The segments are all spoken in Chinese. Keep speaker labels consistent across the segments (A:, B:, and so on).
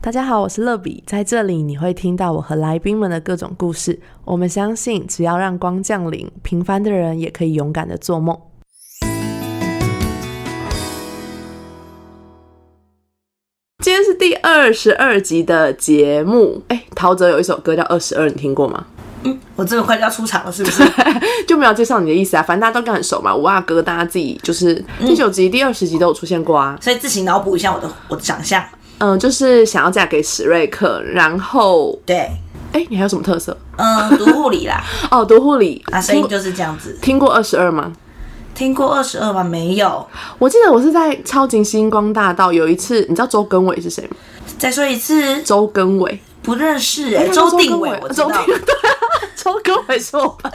A: 大家好，我是乐比，在这里你会听到我和来宾们的各种故事。我们相信，只要让光降临，平凡的人也可以勇敢的做梦。今天是第二十二集的节目。哎、陶喆有一首歌叫《二十二》，你听过吗？
B: 我真的快就要出场了，是 不是？
A: 就没有介绍你的意思啊，反正大家都应该很熟嘛。五阿哥，大家自己就是第九集、第二十集都有出现过啊。
B: 所以自行脑补一下我的我的长相。
A: 嗯，就是想要嫁给史瑞克，然后
B: 对，
A: 哎、你还有什么特色？
B: 嗯，读护理啦，
A: 哦，读护理，
B: 啊，声
A: 听
B: 音
A: 过
B: 就是这样子。
A: 听过二十二吗？
B: 听过二十二吗？没有。
A: 我记得我是在超级星光大道有一次，你知道周根伟是谁吗？
B: 再说一次，
A: 周根伟，
B: 不认识哎、
A: 哎
B: 周
A: 根
B: 定伟，我知
A: 周
B: 道
A: 定。伟，对啊， 周根伟是我爸。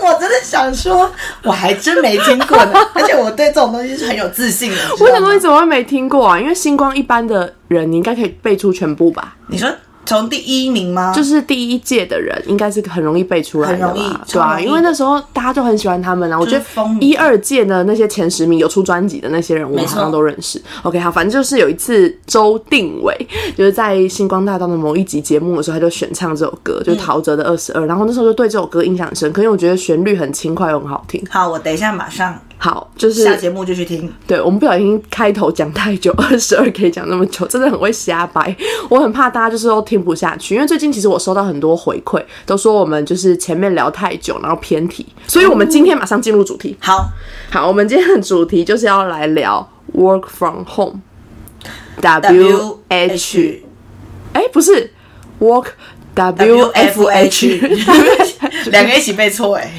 B: 我真的想说，我还真没听过呢。而且我对这种东西是很有自信的。你 知道
A: 我想说
B: 吗
A: 你怎么会没听 过啊？因为星光一般的人，你应该可以背出全部吧？
B: 你说从第一名吗？
A: 就是是第一届的人，应该是很容易背出来的吧？
B: 很容易
A: 对
B: 超
A: 啊，
B: 容易
A: 因为那时候大家都很喜欢他们啊。我觉
B: 是
A: 得
B: 风靡
A: 一二届的那些前十名有出专辑的那些人，我
B: 没
A: 好
B: 错
A: 像都认识。OK，好，反正就是有一次周定伟就是在星光大道的某一集节目的时候，他就选唱这首歌，
B: 嗯
A: 就是陶喆的《二十二》，然后那时候就对这首歌印象很深刻，因为我觉得旋律很轻快又很好听。
B: 好，我等一下马上
A: 好，就是
B: 下节目就去听。
A: 对，我们不小心开头讲太久， 二十二可以讲那么久，真的很会瞎掰。我很怕大家就是都听不下去，因为最近其实我收到很多回馈，都说我们就是前面聊太久，然后偏题，所以我们今天马上进入主题。
B: 好，
A: 好，我们今天的主题就是要来聊 work from home。
B: W
A: W H
B: H
A: 哎、不是 work W
B: W
A: F
B: F
A: H
B: H，两 个一起背错哎、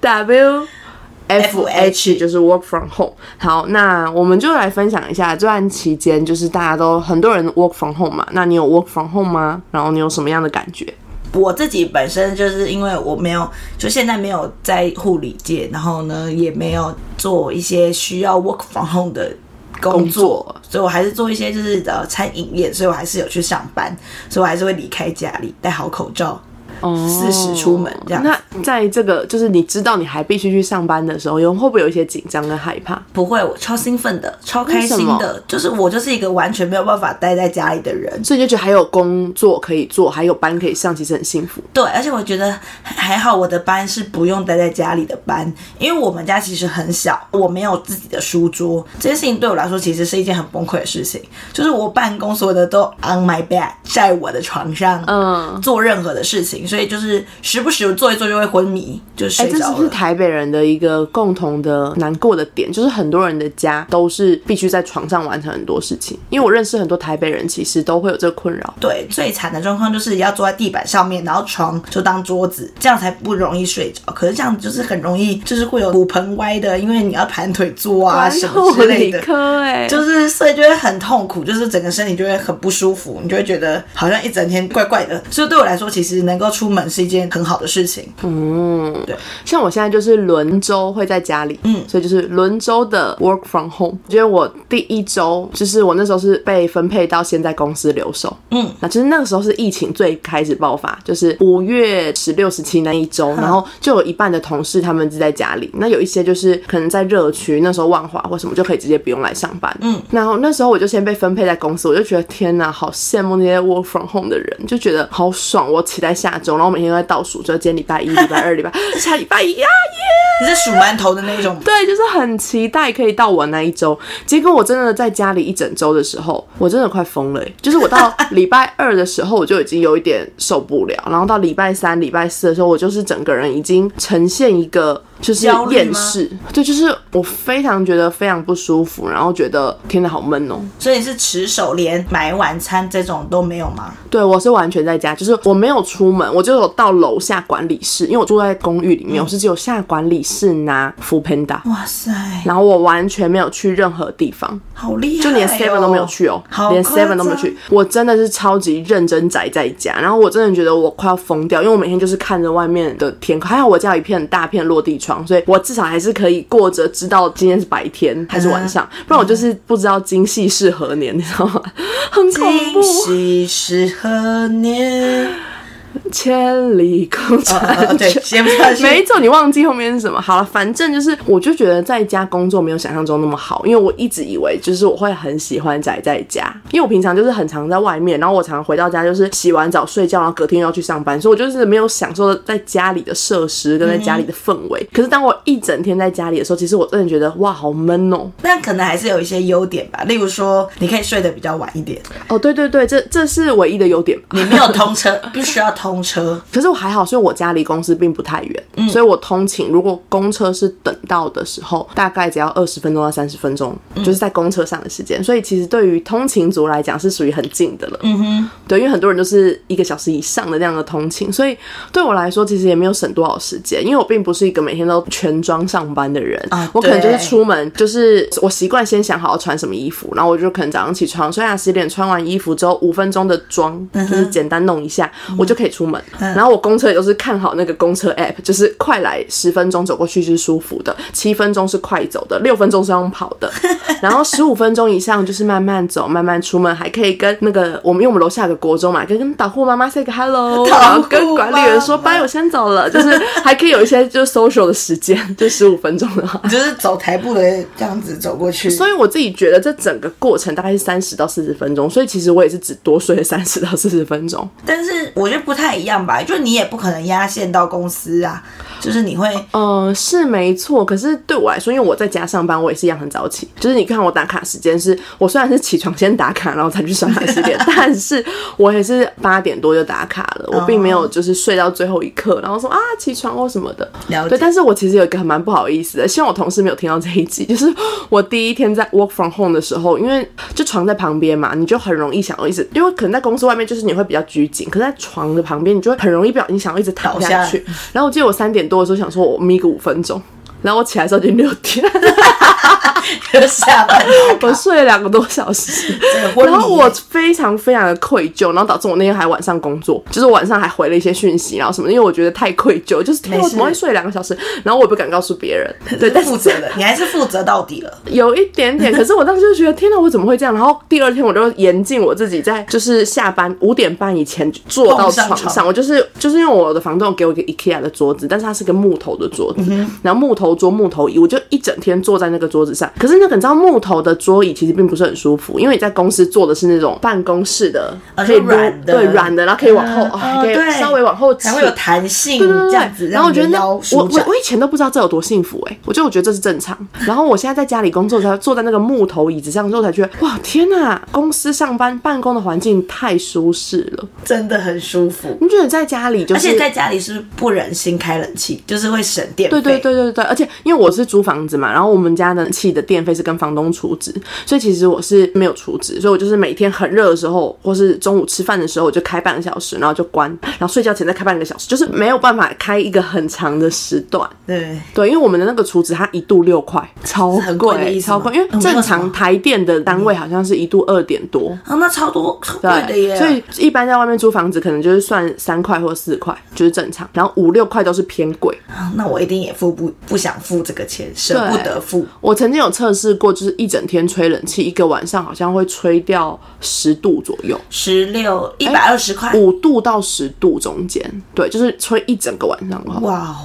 A: W F H
B: FH
A: 就是 work from home。好，那我们就来分享一下这段期间，就是大家都很多人 work from home 嘛。那你有 work from home 吗？然后你有什么样的感觉？
B: 我自己本身就是因为我没有，就现在没有在护理界，然后呢也没有做一些需要 work from home 的工
A: 工
B: 作，
A: 作
B: 所以我还是做一些就是呃餐饮业，所以我还是有去上班，所以我还是会离开家里，戴好口罩，适时出门这样。
A: 哦那在这个就是你知道你还必须去上班的时候，有会不会有一些紧张跟害怕？
B: 不会，我超兴奋的，超
A: 为
B: 开心
A: 什么
B: 的，就是我就是一个完全没有办法待在家里的人。
A: 所以你就觉得还有工作可以做，还有班可以上，其实很幸福。
B: 对，而且我觉得还好，我的班是不用待在家里的班，因为我们家其实很小，我没有自己的书桌，这件事情对我来说其实是一件很崩溃的事情。就是我办公所有的都 on my bed，在我的床上，
A: 嗯，
B: 做任何的事情，所以就是时不时做一做就会昏迷，就
A: 哎、
B: 睡
A: 这是
B: 着
A: 不是
B: 了。
A: 台北人的一个共同的难过的点？就是很多人的家都是必须在床上完成很多事情。因为我认识很多台北人，其实都会有这个困扰。
B: 对，最惨的状况就是要坐在地板上面，然后床就当桌子，这样才不容易睡着。可是这样就是很容易，就是会有骨盆歪的，因为你要盘腿坐啊什么之类的。
A: 科哎、就
B: 就是所以就会很痛苦，就是整个身体就会很不舒服，你就会觉得好像一整天怪怪的。所以对我来说，其实能够出门是一件很好的事情。
A: 像我现在就是轮周会在家里，嗯，所以就是轮周的 work from home。因为我第一周就是我那时候是被分配到先在公司留守，
B: 嗯，
A: 那就是那个时候是疫情最开始爆发，就是五月十六、十七那一周，然后就有一半的同事他们是在家里，那有一些就是可能在热区，那时候万华或什么就可以直接不用来上班，嗯，然后那时候我就先被分配在公司，我就觉得天哪，好羡慕那些 work from home 的人，就觉得好爽，我期待下周，然后每天都在倒数，就今天礼拜一、礼拜二、礼拜下礼拜一啊，
B: 你是数馒头的那一种，
A: 对，就是很期待可以到我那一周。结果我真的在家里一整周的时候，我真的快疯了欸、就是我到礼拜二的时候，我就已经有一点受不了，然后到礼拜三、礼拜四的时候，我就是整个人已经呈现一个就是
B: 焦虑
A: 厌
B: 吗
A: 世，对，就是我非常觉得非常不舒服，然后觉得天哪，好闷哦、
B: 所以你是持手连买晚餐这种都没有吗？
A: 对，我是完全在家，就是我没有出门，我就有到楼下管理室，因为我住在公寓里
B: 嗯
A: 面，我是只有下管理室拿 f o o Panda，
B: 哇塞，
A: 然后我完全没有去任何地方。
B: 好厉害、哦
A: 就连 Seven 都没有去哦，
B: 好
A: 连
B: 夸张
A: Seven 都没有去。。我真的是超级认真宅在家，然后我真的觉得我快要疯掉，因为我每天就是看着外面的天空，还好我家有一片很大片落地窗，所以我至少还是可以过着知道今天是白天还是晚上，
B: 嗯
A: 不然我就是不知道今夕是何年，你知道吗？很恐
B: 今
A: 怖。
B: 夕是何年？
A: 千里共婵
B: 呃
A: 娟。
B: 对先不要 去
A: 没错，你忘记后面是什么？好了，反正就是，我就觉得在家工作没有想象中那么好，因为我一直以为就是我会很喜欢宅在家，因为我平常就是很常在外面，然后我常常回到家就是洗完澡睡觉，然后隔天又要去上班，所以我就是没有享受在家里的设施跟在家里的氛围。
B: 嗯
A: 可是当我一整天在家里的时候，其实我真的觉得哇，好闷哦。
B: 但可能还是有一些优点吧，例如说你可以睡得比较晚一点，
A: 哦，对对对，这这是唯一的优点吧。
B: 你没有通车， 不需要通车。
A: 可是我还好，所以我家离公司并不太远，所以我通勤如果公车是等到的时候，大概只要二十分钟到三十分钟，就是在公车上的时间。所以其实对于通勤族来讲是属于很近的了。嗯哼，对，因为很多人都是一个小时以上的那样的通勤，所以对我来说其实也没有省多少时间，因为我并不是一个每天都全装上班的人，
B: 啊
A: 我可能就是
B: 对
A: 出。出门就是我习惯先想好要穿什么衣服，然后我就可能早上起床刷牙洗脸，穿完衣服之后五分钟的妆
B: 嗯
A: 就是简单弄一下，我就可以出门。然后我公车也都是看好那个公车 app，就是快来十分钟走过去是舒服的，七分钟是快走的，六分钟是用跑的，然后十五分钟以上就是慢慢走，慢慢出门，还可以跟那个我们因为我们楼下有个国中嘛，可以跟导护妈妈 say 个 hello，
B: 导护
A: 然后跟管理员说
B: 妈妈
A: 拜，我先走了，就是还可以有一些就是 social 的时间，就十五分钟的话。
B: 你就是走台步的这样子走过去，
A: 所以我自己觉得这整个过程大概是三十到四十分钟，所以其实我也是只多睡了三十到四十分钟。
B: 但是我觉得不太一样吧，就你也不可能压线到公司啊，就是 你会
A: 呃，是没错，可是对我来说，因为我在家上班，我也是一样很早起。就是你看我打卡时间是，我虽然是起床先打卡，然后才去刷牙洗脸，但是我也是八点多就打卡了，我并没有就是睡到最后一刻，然后说啊起床或什么的。
B: 了解
A: 对，但是我其实有一个很蛮不好意思的，希望我同事没有听到这一集。就是我第一天在 work from home 的时候，因为就床在旁边嘛，你就很容易想要一直，因为可能在公司外面就是你会比较拘谨，可是在床的旁边，你就会很容易不小心想要一直躺
B: 倒
A: 下
B: 下
A: 去。然后我记得我三点多的时候想说，我眯个五分钟，然后我起来的时候已经六点，
B: 下班
A: 我睡了两个多小时。
B: 昏迷
A: 然后我非常非常的愧疚，然后导致我那天还晚上工作，就是晚上还回了一些讯息，然后什么的，因为我觉得太愧疚，就是天啊
B: 没事
A: 我怎么会睡两个小时？然后我也不敢告诉别人， 对，但是
B: 负责的，你还是负责到底了。
A: 有一点 点，可是我当时就觉得天哪，我怎么会这样？然后第二天我就严禁我自己在就是下班五点半以前坐到
B: 碰上
A: 床
B: 床
A: 上。我就是就是因为我的房东有给我一个 IKEA 的桌子，但是它是个木头的
B: 嗯
A: 桌子，然后木头桌、木头椅，我就一整天坐在那个桌子上。可是那个你知道木头的桌椅其实并不是很舒服，因为你在公司坐的是那种办公室的，
B: 啊
A: 可以
B: 就软
A: 撸
B: 的
A: 对软的，然后可以往后，哦，
B: 嗯嗯
A: 还可以
B: 对
A: 稍微往后倾
B: 才。会有弹性，
A: 对对对
B: 这样子
A: 然后我
B: 让你
A: 觉得
B: 的
A: 那
B: 腰
A: 我
B: 舒
A: 我
B: 展。
A: 我以前都不知道这有多幸福哎、我就我觉得这是正常。 然后我现在在家里工作的时候，才坐在那个木头椅子上之后，才觉得哇天哪，公司上班办公的环境太舒适了。
B: 真的很舒服。
A: 你觉得在家里就
B: 而
A: 嗯是
B: 且在家里是不是不忍心开冷气，就是会省电
A: 对对
B: 费。
A: 对对对，而且因为我是租房子嘛，然后我们家的气的电费是跟房东出值，所以其实我是没有出值，所以我就是每天很热的时候，或是中午吃饭的时候，我就开半个小时，然后就关，然后睡觉前再开半个小时，就是没有办法开一个很长的时段。
B: 对
A: 对，因为我们的那个厨子它一度六块，超
B: 很贵的
A: 贵，
B: 意思
A: 超
B: 吗
A: 贵。因为
B: 嗯
A: 正
B: 为什么
A: 常台电的单位好像是一度二点多，
B: 啊，那超多超贵的
A: 对，
B: 耶。
A: 所以一般在外面租房子可能就是算三块或四块，就是正常。然后五六块都是偏贵。
B: 啊那我一定也付不不想付这个钱，舍不得付。
A: 我曾经有测试过，就是一整天吹冷气，一个晚上好像会吹掉十度左右，
B: 十六一百二十块，
A: 五度到十度中间，对，就是吹一整个晚上的话，
B: 哇哦！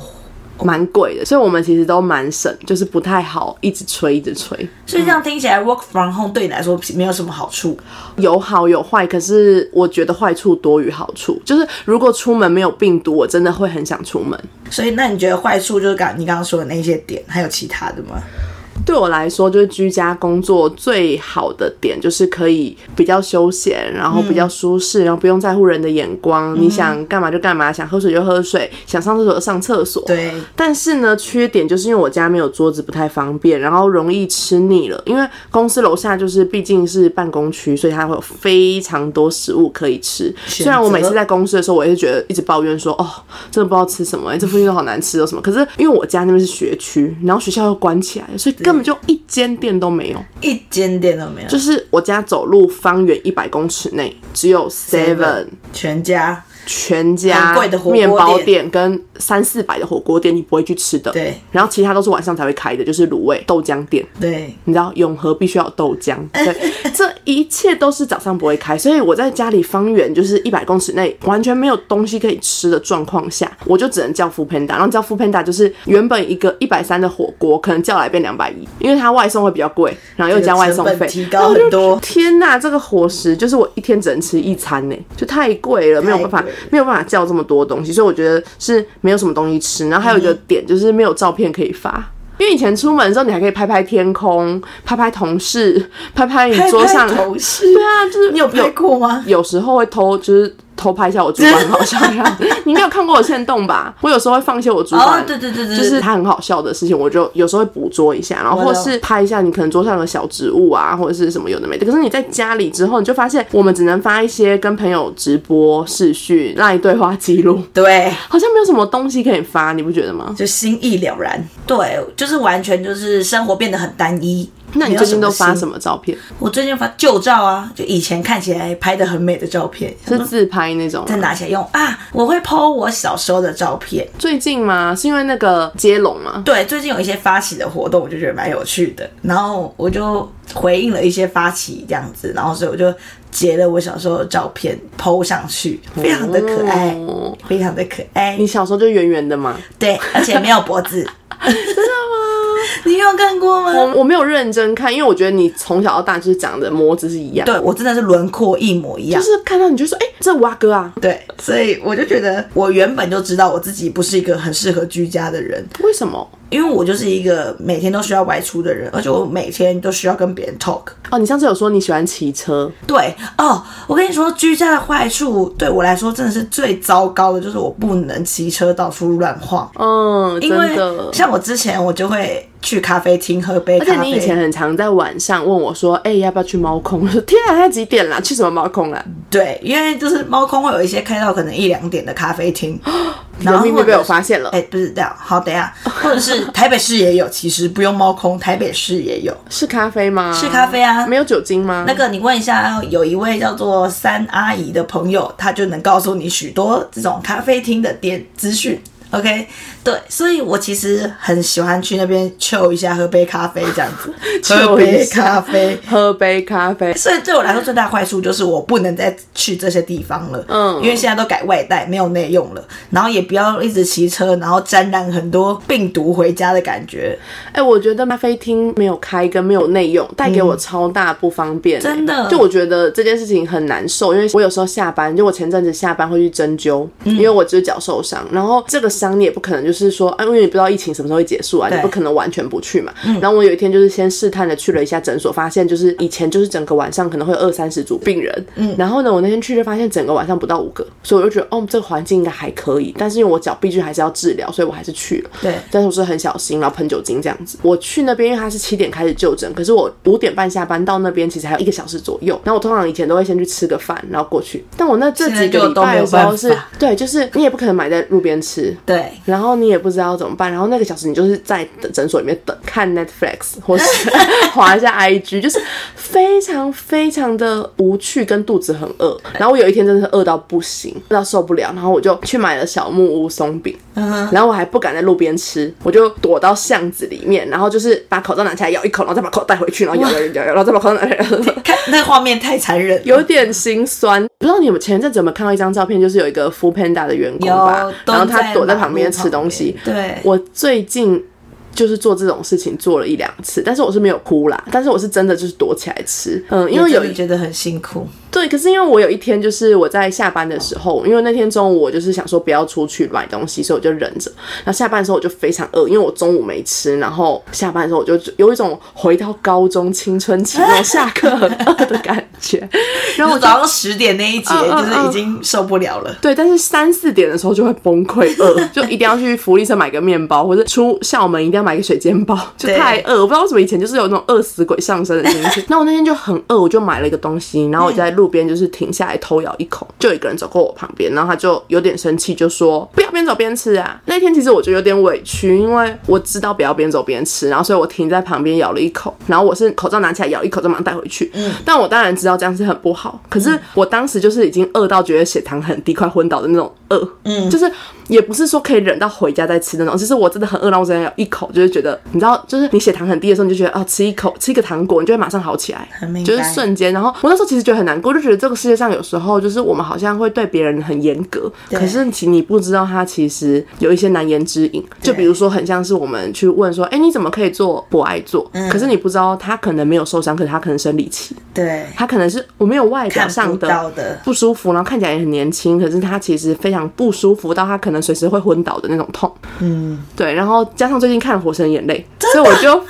A: 蛮贵的。所以我们其实都蛮省，就是不太好一直吹一直吹。
B: 所以这样听起来，work from home 对你来说没有什么好处。
A: 有好有坏，可是我觉得坏处多于好处。就是如果出门没有病毒，我真的会很想出门。
B: 所以那你觉得坏处就是刚你刚刚说的那些点，还有其他的吗？
A: 对我来说，就是居家工作最好的点就是可以比较休闲，然后比较舒适，然后不用在乎人的眼光。你想干嘛就干嘛，想喝水就喝水，想上厕所就上厕所。
B: 对，
A: 但是呢，缺点就是因为我家没有桌子，不太方便，然后容易吃腻了。因为公司楼下就是毕竟是办公区，所以它会有非常多食物可以吃。
B: 选择
A: 虽然我每次在公司的时候，我也是觉得一直抱怨说，哦，真的不知道吃什么、欸，这附近都好难吃，有什么？可是因为我家那边是学区，然后学校又关起来，所以根本就一间店都没有。
B: 一间店都没有，
A: 就是我家走路方圆一百公尺内只有 Seven。
B: 全家
A: 全家
B: 很贵的火锅
A: 面
B: 店
A: 包店跟三四百的火锅店，你不会去吃的。
B: 对，
A: 然后其他都是晚上才会开的，就是卤味、豆浆店。
B: 对，
A: 你知道永和必须要有豆 浆，对，这一切都是早上不会开，所以我在家里方圆就是一百公尺内完全没有东西可以吃的状况下，我就只能叫 f o o Panda，然后叫 f o o Panda 就是原本一个一百三的火锅，可能叫来变两百一，因为它外送会比较贵，然后又加外送
B: 这
A: 费，
B: 个成本提高很多
A: 然后我就天呐，这个伙食就是我一天只能吃一餐呢，就太贵了，没有办法
B: 太贵了，
A: 没有办法叫这么多东西，所以我觉得是没有什么东西吃。然后还有一个点就是没有照片可以发。因为以前出门的时候，你还可以拍拍天空，拍拍同事，拍拍你桌上。
B: 拍拍头饰，
A: 对啊，就是
B: 你有拍过吗？
A: 有时候会偷，就是偷拍一下我主管，很好笑的 样子。你应该有看过我现动吧？我有时候会放一些我主管，
B: 哦对对对对对
A: 就是他很好笑的事情，我就有时候会捕捉一下，然后
B: 我
A: 或
B: 懂
A: 是拍一下你可能桌上的小植物啊，或者是什么有的没的。可是你在家里之后，你就发现我们只能发一些跟朋友直播视讯、赖对话记 录，
B: 对，
A: 好像没有什么东西可以发，你不觉得吗？
B: 就心意了然。对，就是完全就是生活变得很单一。
A: 那你最近都发
B: 么
A: 什么照片？
B: 新？我最近发旧照啊，就以前看起来拍的很美的照片，
A: 是自拍那种吗
B: 再拿起来用啊。我会 PO 我小时候的照片。
A: 最近吗？是因为那个接龙吗？
B: 对，最近有一些发起的活动，我就觉得蛮有趣的，然后我就回应了一些发起这样子，然后所以我就截了我小时候的照片 PO 上去，非常的可爱，
A: 哦
B: 非常的可爱
A: 你。小时候就圆圆的嘛？
B: 对，而且没有脖子，真的吗？ 你有看过吗？
A: 我我没有认真看，因为我觉得你从小到大就是长得模子是一样，
B: 对我真的是轮廓一模一样
A: 就。是看到你就说，哎、这蛙哥啊，
B: 对，所以我就觉得，我原本就知道我自己不是一个很适合居家的人，
A: 为什么？
B: 因为我就是一个每天都需要外出的人，而且我每天都需要跟别人 talk。
A: 哦，你上次有说你喜欢骑车，
B: 对哦，我跟你说，居家的坏处对我来说真的是最糟糕的，就是我不能骑车到处乱晃，
A: 嗯，真
B: 因为
A: 的。
B: 像我之前我就会去咖啡厅喝杯
A: 而
B: 咖啡，
A: 且你以前很常在晚上问我说：“哎、要不要去猫空？”我 说：“天啊，现在几点啦？去什么猫空啊
B: 对，因为就是猫空会有一些开到可能一两点的咖啡 厅，？”然
A: 然
B: 后
A: 后秘
B: 或
A: 密
B: 者
A: 被我
B: 是
A: 发现了，
B: 哎、不是这样，好，等一下，或者是台北市也有，其实不用猫空，台北市也有。
A: 是咖啡吗？
B: 是咖啡啊
A: 没有酒精吗？
B: 那个你问一下，有一位叫做三阿姨的朋友，她就能告诉你许多这种咖啡厅的店资讯。OK，对，所以我其实很喜欢去那边 chill 一下，喝杯咖啡这样 子，喝
A: chill 一
B: 杯
A: 下
B: 咖啡。
A: 喝杯咖啡，
B: 所以对我来说最大的坏处就是我不能再去这些地方了，
A: 嗯
B: 因为现在都改外带，没有内用了，然后也不要一直骑车，然后沾染很多病毒回家的感觉，
A: 哎、我觉得咖啡厅没有开跟没有内用，带给我超大不方便、欸
B: 嗯真的
A: 就我觉得这件事情很难受，因为我有时候下班，就我前阵子下班会去针灸，
B: 嗯
A: 因为我只是脚受伤，然后这个伤你也不可能就是说，啊，因为你不知道疫情什么时候会结束啊，
B: 对嗯
A: 你不可能完全不去嘛。然后我有一天就是先试探的去了一下诊所，发现就是以前就是整个晚上可能会有二三十组病人，
B: 嗯
A: 然后呢，我那天去就发现整个晚上不到五个，所以我就觉得，哦，这个环境应该还可以，但是因为我脚必须还是要治疗，所以我还是去了。
B: 对
A: 但是我是很小心，然后喷酒精这样子。我去那边，因为他是七点开始就诊，可是我五点半下班到那边，其实还有一个小时左右。然后我通常以前都会先去吃个饭，然后过去。但我那这几个礼拜的时候
B: 现在就都没有
A: 是
B: 办法，
A: 对，就是你也不可能买在路边吃。
B: 对。
A: 然后你也不知道怎么办，然后那个小时你就是在诊所里面等看 Netflix 或是滑一下 IG，就是非常非常的无趣，跟肚子很饿。然后我有一天真的是饿到不行，饿到受不了，然后我就去买了小木屋松饼，然后我还不敢在路边吃，我就躲到巷子里面，然后就是把口罩拿起来咬一口，然后再把口罩带回去，然后咬咬咬咬，然后再把口罩拿起来。
B: 看那个画面太残忍了，
A: 有点心酸。不知道你们前一阵子有没有看到一张照片，就是有一个 f o o Panda 的员工吧
B: 有，
A: 然后他
B: 蹲
A: 躲
B: 在
A: 在
B: 马路
A: 旁边吃东西。
B: 旁边对
A: 我最近。就是做这种事情做了一两次，但是我是没有哭啦，但是我是真的就是躲起来吃，嗯，因为有
B: 也真的觉得很辛苦，
A: 对，可是因为我有一天就是我在下班的时候，因为那天中午我就是想说不要出去买东西，所以我就忍着。然后下班的时候我就非常饿，因为我中午没吃，然后下班的时候我就有一种回到高中青春期那种下课很饿的感 觉，然
B: 然
A: 后
B: 后
A: 我就
B: 早上十点那一节
A: 嗯嗯
B: 就是已经受不了了。
A: 对，但是三四点的时候就会崩溃饿，就一定要去福利社买个面包，或者出校门一定要买个水煎包，就
B: 对
A: 太饿。我不知道为什么以前就是有那种饿死鬼上身的心情。那我那天就很饿，我就买了一个东西，然后我
B: 嗯
A: 就在路边就是停下来偷咬一口，就有一个人走过我旁边，然后他就有点生气，就说不要边走边吃啊。那天其实我就有点委屈，因为我知道不要边走边吃，然后所以我停在旁边咬了一口，然后我是口罩拿起来咬一口，再马上带回去。嗯，但我当然知道这样。这样是很不好。可
B: 嗯
A: 是我当时就是已经饿到觉得血糖很低，快昏倒的那种饿，嗯，就是也不是说可以忍到回家再吃那种，就是我真的很饿，然后我真的要一口，就是觉得你知道，就是你血糖很低的时候，你就觉得啊，吃一口吃一个糖果，你就会马上好起来
B: 很明，白
A: 就是瞬间。然后我那时候其实觉得很难过，就觉得这个世界上有时候就是我们好像会对别人很严格，
B: 对
A: 可是其实你不知道他其实有一些难言之隐，就比如说很像是我们去问说，哎、你怎么可以做不爱做？
B: 嗯
A: 可是你不知道他可能没有受伤，可是他可能生理期。
B: 对，
A: 他可能是我没有外表
B: 看
A: 上
B: 不
A: 的
B: 到的，
A: 不舒服，然后看起来也很年轻，可是他其实非常不舒服到他可能随时会昏倒的那种痛。
B: 嗯，
A: 对，然后加上最近看了《火神眼泪》，所以我就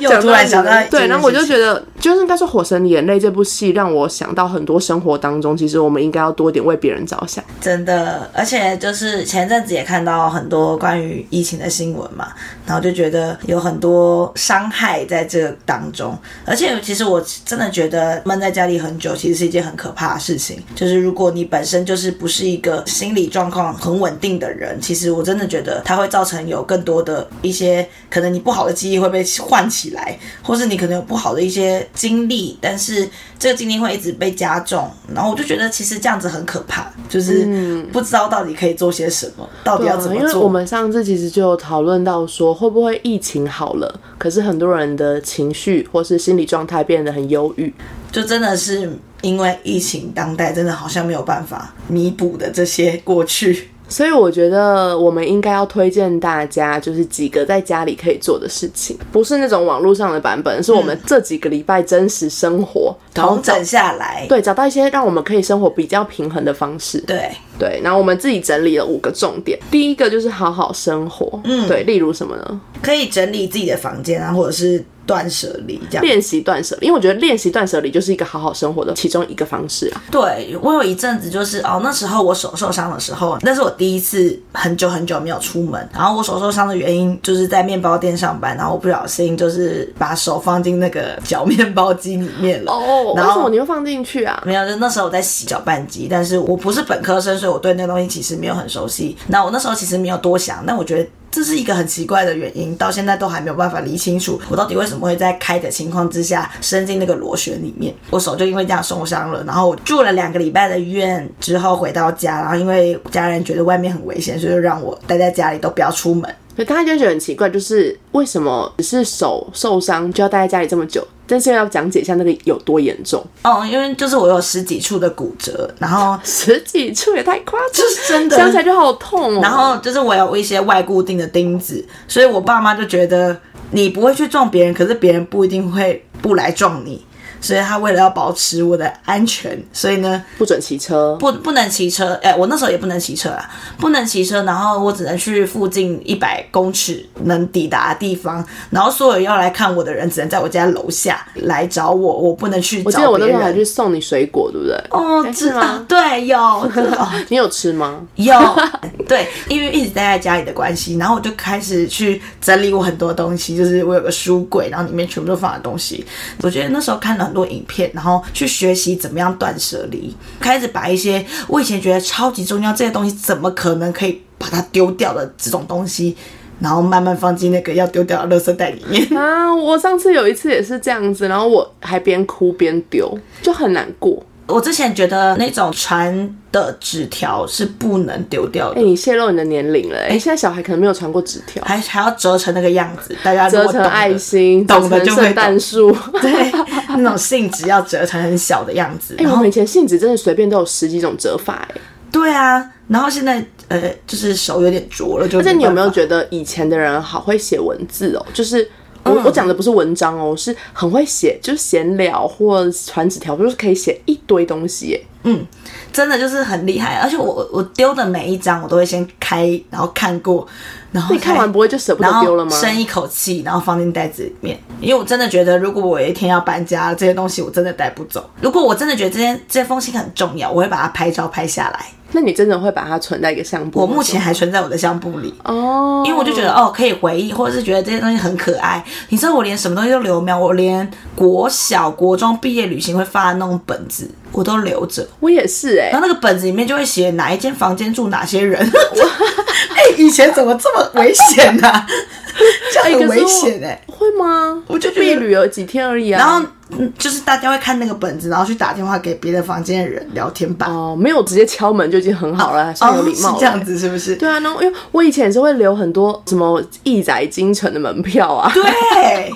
B: 又
A: 讲
B: 突然想到
A: 这个，对，然后我就
B: 得，
A: 觉得，就是应该说《火神眼泪》这部戏让我想到很多生活当中，其实我们应该要多一点为别人着想。
B: 真的，而且就是前阵子也看到很多关于疫情的新闻嘛，然后就觉得有很多伤害在这个当中，而且其实我真的觉得闷在家里很久，其实是一件很可怕的事情。就是如果你本身就是不是一个心理状况很稳定的人，其实我真的觉得它会造成有更多的一些可能你不好的记忆会被唤起来，或是你可能有不好的一些经历，但是这个经历会一直被加重。然后我就觉得其实这样子很可怕，就是不知道到底可以做些什么，到
A: 嗯
B: 底
A: 对
B: 嗯要
A: 啊
B: 怎，么
A: 因为
B: 做。
A: 我们上次其实就有讨论到说，会不会疫情好了，可是很多人的情绪或是心理状态变得很忧郁。
B: 就真的是因为疫情，当代真的好像没有办法弥补的这些过去。
A: 所以我觉得我们应该要推荐大家，就是几个在家里可以做的事情，不是那种网络上的版本，是我们这几个礼拜真实生活，然后
B: 重
A: 找
B: 嗯整下来，
A: 对找到一些让我们可以生活比较平衡的方式。
B: 对
A: 对，然后我们自己整理了五个重点，第一个就是好好生活，嗯，对，例如什么呢？
B: 可以整理自己的房间啊，或者是断舍离这样。
A: 练习断舍离，因为我觉得练习断舍离就是一个好好生活的其中一个方式啊。
B: 对我有一阵子就是哦，那时候我手受伤的时候，那是我第一次很久很久没有出门。然后我手受伤的原因就是在面包店上班，然后我不小心就是把手放进那个搅面包机里面了。
A: 哦，为
B: 然后
A: 什么你会放进去啊？
B: 没有，就那时候我在洗搅拌机，但是我不是本科生，所以我对那东西其实没有很熟悉。那我那时候其实没有多想，但我觉得这是一个很奇怪的原因，到现在都还没有办法理清楚，我到底为什么会在开的情况之下伸进那个螺旋里面。我手就因为这样受伤了，然后我住了两个礼拜的医院之后回到家，然后因为家人觉得外面很危险，所以就让我待在家里，都不要出门。
A: 所以大家就觉得很奇怪，就是为什么只是手受伤就要待在家里这么久？但是要讲解一下那个有多严重，
B: 哦，因为就是我有十几处的骨折，然后
A: 十几处也太夸张，
B: 是真的
A: 想起来就好痛哦。
B: 然后就是我有一些外固定的钉子，所以我爸妈就觉得你不会去撞别人，可是别人不一定会不来撞你，所以他为了要保持我的安全，所以呢
A: 不准骑车，
B: 不不能骑车，哎、我那时候也不能骑车啦，不能骑车，然后我只能去附近一百公尺能抵达的地方，然后所有要来看我的人只能在我家楼下来找我，我不能去
A: 我记得
B: 找
A: 我那
B: 别
A: 时候还
B: 人。
A: 去送你水果，对不对？
B: 哦，
A: 哎
B: 知
A: 是吗
B: 道，对，有，哦
A: 你有吃吗？
B: 有， 对，因为一直待在家里的关系，然后我就开始去整理我很多东西，就是我有个书柜，然后里面全部都放的东西。我觉得那时候看了很多影片，然后去学习怎么样断舍离，开始把一些我以前觉得超级重要这些东西，怎么可能可以把它丢掉的这种东西，然后慢慢放进那个要丢掉的垃圾袋里面。
A: 啊，我上次有一次也是这样子，然后我还边哭边丢，就很难过。
B: 我之前觉得那种传的纸条是不能丢掉的
A: 哎、。你泄露你的年龄了、哎、现在小孩可能没有传过纸条，
B: 还还要折成那个样子，大家如
A: 折
B: 果
A: 成
B: 懂得
A: 爱心，
B: 懂的
A: 折
B: 就
A: 成
B: 会
A: 圣
B: 懂
A: 诞。树。
B: 对，那种信纸要折成很小的样子。啊
A: 哎、
B: 然
A: 我
B: 后
A: 们以前信纸真的随便都有十几种折法、哎。
B: 对啊，然后现在呃，就是手有点拙了，就
A: 而且你有没有
B: 办法
A: 觉得以前的人好会写文字哦？就是我、
B: 嗯
A: 我讲的不是文章哦，是很会写，就是闲聊或传纸条，就是可以写一堆东西耶。
B: 真的就是很厉害？而且我我我丢的每一张我都会先开，然后看过，然后
A: 你看
B: 才
A: 完不会就舍不
B: 然
A: 得
B: 后
A: 丢了吗？
B: 深一口气，然后放进袋子里面。因为我真的觉得，如果我有一天要搬家，这些东西我真的带不走。如果我真的觉得这件这封信很重要，我会把它拍照拍下来。
A: 那你真的会把它存在一个相簿吗？
B: 我目前还存在我的相簿里。
A: 哦，
B: 因为我就觉得哦，可以回忆，或者是觉得这些东西很可爱。你知道我连什么东西都留没有，我连国小、国中毕业旅行会发的那种本子，我都留着。
A: 我也是哎、
B: 然后那个本子里面就会写哪一间房间住哪些人。哎、以前怎么这么危险呢、啊？这样
A: 可
B: 很
A: 是
B: 危
A: 我
B: 险哎、
A: 会吗？
B: 我就觉得
A: 避旅游几天而已啊。
B: 然后嗯就是大家会看那个本子，然后去打电话给别的房间的人聊天吧。
A: 哦，没有直接敲门就已经很好了，还算有礼貌
B: 哦
A: 了。
B: 是这样子是不是？
A: 对啊，然后因为我以前也是会留很多什么义载京城的门票啊，
B: 对，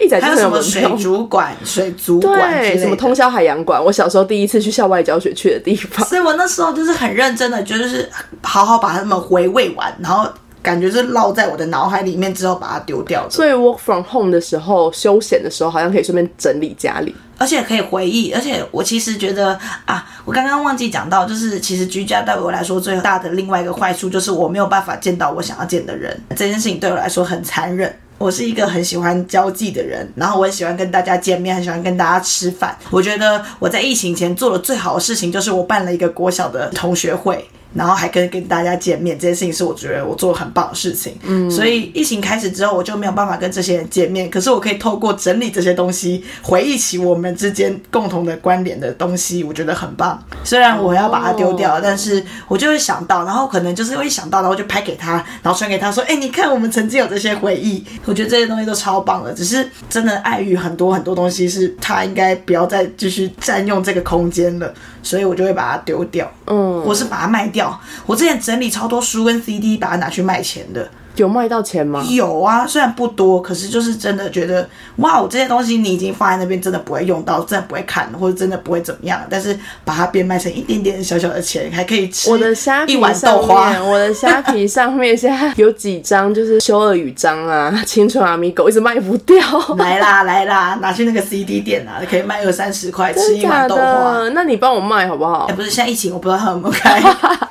A: 义载京城
B: 还有什
A: 有
B: 么
A: 门
B: 水
A: 票。
B: 族馆、水族馆之类
A: 对，
B: 的
A: 什么通宵海洋馆，我小时候第一次去校外教学去的地 方。
B: 所以我那时候就是很认真的，就是好好把它们回味完，然后感觉是烙在我的脑海里面之后把它丢掉的，
A: 所以 work from home 的时候，休闲的时候，好像可以顺便整理家里。
B: 而且可以回忆。而且我其实觉得啊，我刚刚忘记讲到，就是其实居家对我来说最大的另外一个坏处就是我没有办法见到我想要见的人，这件事情对我来说很残忍。我是一个很喜欢交际的人，然后我很喜欢跟大家见面，很喜欢跟大家吃饭。我觉得我在疫情前做的最好的事情就是我办了一个国小的同学会，然后还跟跟大家见面，这件事情是我觉得我做的很棒的事情。嗯，所以疫情开始之后，我就没有办法跟这些人见面，可是我可以透过整理这些东西，回忆起我们之间共同的关联的东西，我觉得很棒。虽然我要把它丢掉，
A: 哦
B: 但是我就会想到，然后可能就是会想到，然后就拍给他，然后传给他说：“哎、你看，我们曾经有这些回忆。”我觉得这些东西都超棒的，只是真的碍于很多很多东西是他应该不要再继续占用这个空间了，所以我就会把它丢掉。
A: 嗯，
B: 我是把它卖掉。我之前整理超多书跟 CD，把它拿去卖钱的。
A: 有卖到钱吗？
B: 有啊，虽然不多，可是就是真的觉得，哇，我这些东西你已经放在那边，真的不会用到，真的不会看，或者真的不会怎么样。但是把它变卖成一点点小小的钱，还可以吃
A: 我的虾皮
B: 一碗
A: 上
B: 豆花。
A: 面，我的虾皮上面现在有几张就是修耳语章啊，青春阿米狗一直卖不掉。
B: 来啦来啦，拿去那个 CD 店啊，可以卖二三十块， 吃
A: 真
B: 一碗
A: 假
B: 豆花。
A: 的？那你帮我卖好不好
B: 哎、？不是，现在疫情我不知道他有没有开，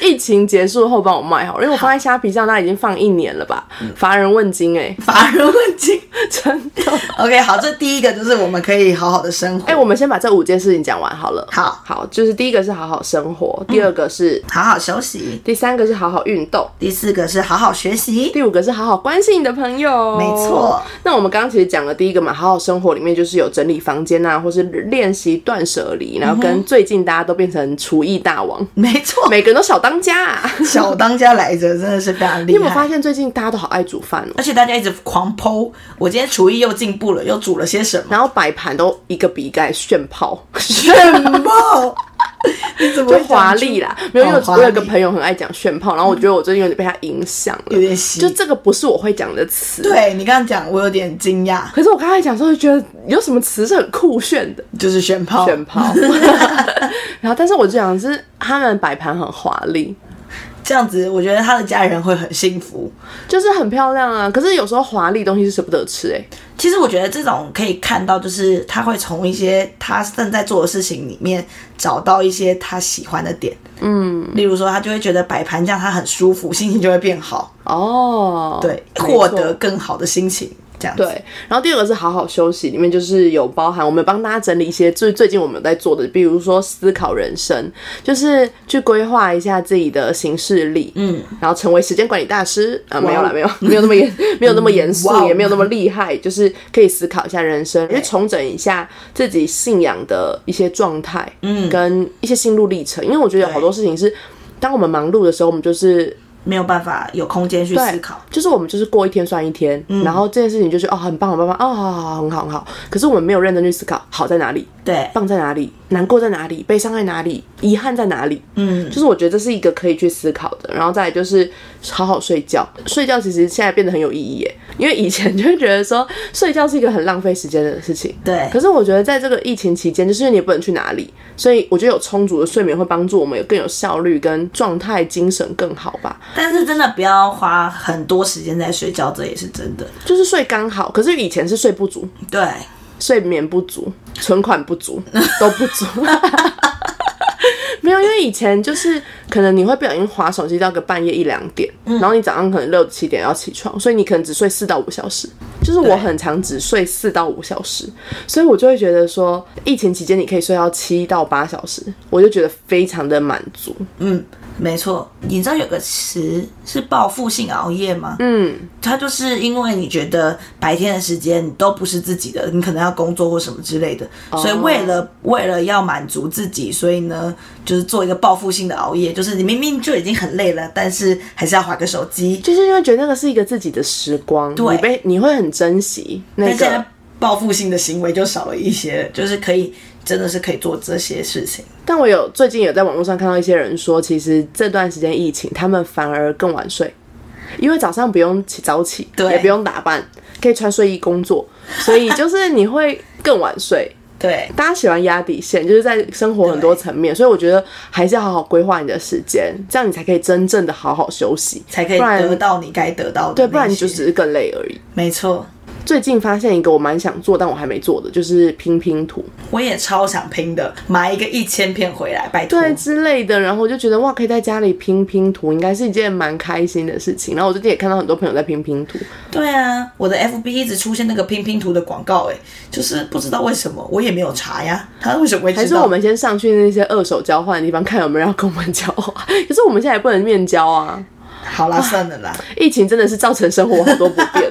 A: 疫情结束后帮我卖好了，因为我放在虾皮上，那已经放一年了吧？
B: 嗯
A: 乏人问津 哎、
B: 乏人问津。
A: 真的。
B: OK，好，这第一个就是我们可以好好的生活。
A: 哎、我们先把这五件事情讲完好了。
B: 好
A: 好，就是第一个是好好生活，第二个是，
B: 好好休息。
A: 第三个是好好运动，
B: 第四个是好好学习。
A: 第五个是好好关心你的朋友。
B: 没错。
A: 那我们刚刚其实讲了第一个嘛，好好生活里面就是有整理房间啊，或是练习断舍离，然后跟最近大家都变成厨艺大王，
B: 没错，
A: 每个人都小当家、啊。
B: 小当家来着，真的是非常
A: 你
B: 厉
A: 有没有
B: 害
A: 发。现最近大家都好爱煮饭哦？
B: 而且大家一直狂剖，我今天厨艺又进步了，又煮了些什么？
A: 然后摆盘都一个比一个还炫 泡，
B: 什么？ 你怎么
A: 就
B: 会讲出
A: 华丽啦。没有，因为
B: 哦华
A: 我
B: 丽
A: 有个朋友很爱讲炫泡，然后我觉得我最近有点被他影响了，
B: 有点喜
A: 就这个不是我会讲的词。
B: 对你刚刚讲，我有点惊讶，
A: 可是我刚才讲的时候就觉得有什么词是很酷炫的，
B: 就是炫炮。
A: 炫泡。哦 然后，但是我就想的是他们摆盘很华丽，
B: 这样子，我觉得他的家人会很幸福。
A: 就是很漂亮啊。可是有时候华丽东西是舍不得吃哎、
B: 其实我觉得这种可以看到，就是他会从一些他正在做的事情里面找到一些他喜欢的点。嗯，例如说，他就会觉得摆盘这样他很舒服，心情就会变好，
A: 哦，
B: 对，
A: 没错
B: 获得更好的心情。这样子
A: 对，然后第二个是好好休息，里面就是有包含我们帮大家整理一些最最近我们有在做的，比如说思考人生，就是去规划一下自己的行事历，嗯，然后成为时间管理大师啊、没有 啦，没有，没有那么严，没有那么严肃
B: 哦哇，哦
A: 也没有那么厉害，就是可以思考一下人生，去重整一下自己信仰的一些状态，嗯，跟一些心路历程，因为我觉得有好多事情是。当我们忙碌的时候，我们就是
B: 没有办法有空间去
A: 对
B: 思考。
A: 就是我们就是过一天算一天，然后这件事情就是哦很棒很棒很棒哦好好好很好很好，可是我们没有认真去思考好在哪里，
B: 对，
A: 棒在哪里，难过在哪里，悲伤在哪里，遗憾在哪里，
B: 嗯，
A: 就是我觉得这是一个可以去思考的，然后再来就是好好睡觉，睡觉其实现在变得很有意义耶，因为以前就会觉得说睡觉是一个很浪费时间的事情，
B: 对
A: 可是我觉得在这个疫情期间，就是因为你也不能去哪里，所以我觉得有充足的睡眠会帮助我们有更有效率跟状态精神更好吧，
B: 但是真的不要花很多时间在睡觉，这也是真的。
A: 就是睡刚好，可是以前是睡不足，
B: 对，
A: 睡眠不足，存款不 足，都不足。没有，因为以前就是可能你会不小心划手机到个半夜一两点，
B: 嗯
A: 然后你早上可能六七点要起床，所以你可能只睡四到五小时。就是我
B: 对
A: 很常只睡四到五小时，所以我就会觉得说，疫情期间你可以睡到七到八小时，我就觉得非常的满足。
B: 嗯，没错。你知道有个词是报复性熬夜吗？嗯，它就是因为你觉得白天的时间你都不是自己的，你可能要工作或什么之类的，
A: 哦
B: 所以为了为了要满足自己，所以呢，就是做一个报复性的熬夜，就是你明明就已经很累了，但是还是要划个手机。
A: 就是因为觉得那个是一个自己的时光，
B: 对
A: 你被你会很珍惜那
B: 但现在
A: 个。
B: 报复性的行为就少了一些，就是可以真的是可以做这些事情。
A: 但我有最近有在网络上看到一些人说，其实这段时间疫情，他们反而更晚睡，因为早上不用起早起，
B: 对
A: 也不用打扮，可以穿睡衣工作，所以就是你会更晚 睡。
B: 对，
A: 大家喜欢压底线，就是在生活很多层面，所以我觉得还是要好好规划你的时间，这样你才可以真正的好好休息，
B: 才可以
A: 不然
B: 得到你该得到的那些。
A: 对，不然你就只是更累而已。
B: 没错。
A: 最近发现一个我蛮想做但我还没做的，就是拼拼图，
B: 我也超想拼的，买一个一千片回来，拜托。
A: 对之类的，然后我就觉得哇，可以在家里拼拼图，应该是一件蛮开心的事情。然后我最近也看到很多朋友在拼拼图，
B: 对啊，我的 FB 一直出现那个拼拼图的广告、哎，就是不知道为什么，我也没有查呀，他为什么会
A: 还
B: 知
A: 是
B: 道？
A: 我们先上去那些二手交换的地方看有没有人要跟我们交换。可是我们现在也不能面交啊，
B: 好啦，算了啦，
A: 疫情真的是造成生活好多不便。哦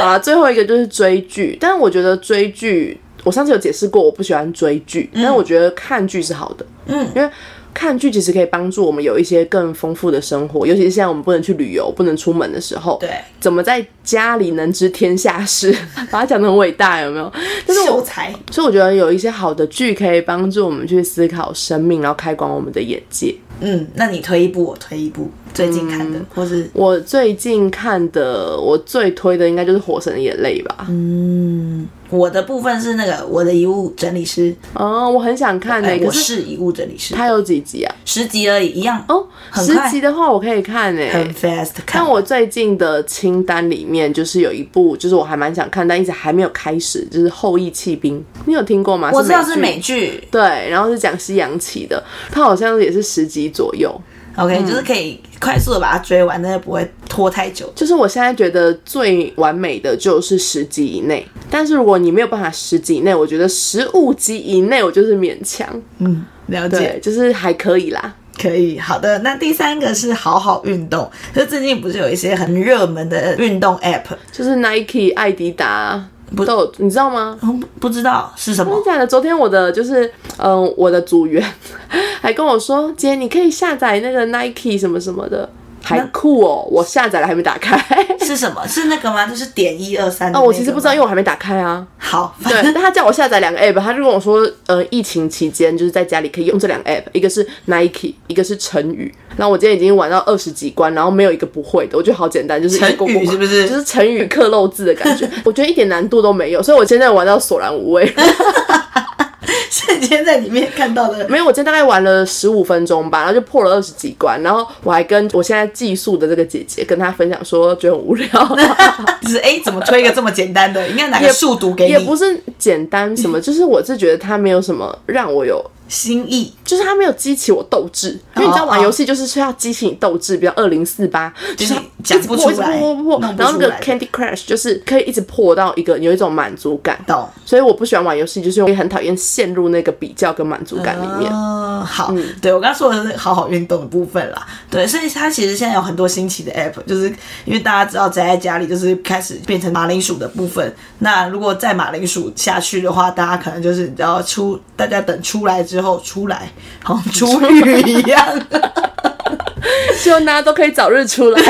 A: 好啦，最后一个就是追剧，但我觉得追剧，我上次有解释过，我不喜欢追剧，但是我觉得看剧是好的，
B: 嗯，
A: 因为。看剧其实可以帮助我们有一些更丰富的生活，尤其是现在我们不能去旅游、不能出门的时候，
B: 对，
A: 怎么在家里能知天下事， 把它讲得很伟大，有没有？但是
B: 秀
A: 我
B: 才。
A: 所以我觉得有一些好的剧可以帮助我们去思考生命，然后开广我们的眼界。
B: 嗯，那你推一部，我推一部，最近看的，
A: 嗯
B: 或是
A: 我最近看的，我最推的应该就是《火神的眼泪》吧。
B: 嗯我的部分是那个我的遗物整理师，
A: 嗯，我很想看
B: 哎
A: 诶、
B: 我
A: 可是
B: 是遗物整理师，
A: 它有几集啊？
B: 十集而已，一样
A: 哦，
B: 很
A: 十
B: 快
A: 集的话我可以看诶、
B: 很 fast 看
A: 但。我最近的清单里面，就是有一部，就是我还蛮想看，但一直还没有开始，就是《后羿弃兵》，你有听过吗？
B: 我知道
A: 剧
B: 是美剧
A: 对，然后是讲西洋棋的，它好像也是十集左右。
B: ，OK，、就是可以快速的把它追完，但是不会拖太久。
A: 就是我现在觉得最完美的就是十集以内，但是如果你没有办法十集以内，我觉得十五集以内我就是勉强，
B: 嗯，了解
A: 对，，就是还可以啦。
B: 可以。好的，那第三个是好好运动，就最近不是有一些很热门的运动 App，
A: 就是 Nike、艾迪达
B: 不
A: 都有，你知道吗？
B: 嗯不不知道是什么
A: 真的假的？昨天我的就是，嗯、我的组员还跟我说，姐，你可以下载那个 Nike 什么什么的，还酷哦！我下载了还没打开。
B: 是什么是那个吗？就是点一二三。
A: 哦，我其实不知道，因
B: 用。
A: 为我还没打开啊。
B: 好，反
A: 对，
B: 正
A: 但他叫我下载两个 app，他就跟我说，呃，疫情期间就是在家里可以用这两个 app，一个是 Nike，一个是成语。然后我今天已经玩到二十几关，然后没有一个不会的，我觉得好简单，就是一个过过
B: 成语是不是
A: 就是成语克漏字的感 觉，我觉得一点难度都没有，所以我现在玩到索然无味。
B: 瞬间在里面看到的
A: 没有，我今天大概玩了十五分钟吧，然后就破了二十几关，然后我还跟我现在寄宿的这个姐姐跟她分享说，觉得很无 聊，
B: 就是哎、诶怎么推一个这么简单的？应该拿
A: 也
B: 个数读给
A: 也不
B: 你，
A: 是简单什么，就是我是觉得她没有什么让我有。
B: 心意
A: 就是她没有激起我斗志，因为你知道
B: 哦
A: 玩
B: 哦
A: 游戏就是需要激起你斗志，比如二零四八，
B: 就是
A: 它
B: 讲
A: 一直
B: 不
A: 破
B: 出来
A: 一直破破破
B: 弄不
A: 然后那个
B: 出来
A: Candy Crush 就是可以一直破到一个有一种满足感，
B: 懂。
A: 所以我不喜欢玩游戏，就是因为很讨厌陷入那个比较跟满足感里面。
B: 嗯，好，对我刚刚说的是好好运动的部分啦，对，所以它其实现在有很多新奇的 app，就是因为大家知道宅在家里就是开始变成马铃薯的部分，那如果再马铃薯下去的话，大家可能就是你知道出，大家等出来之后出来，好像 出狱一样，
A: 希望大家都可以早日出 来。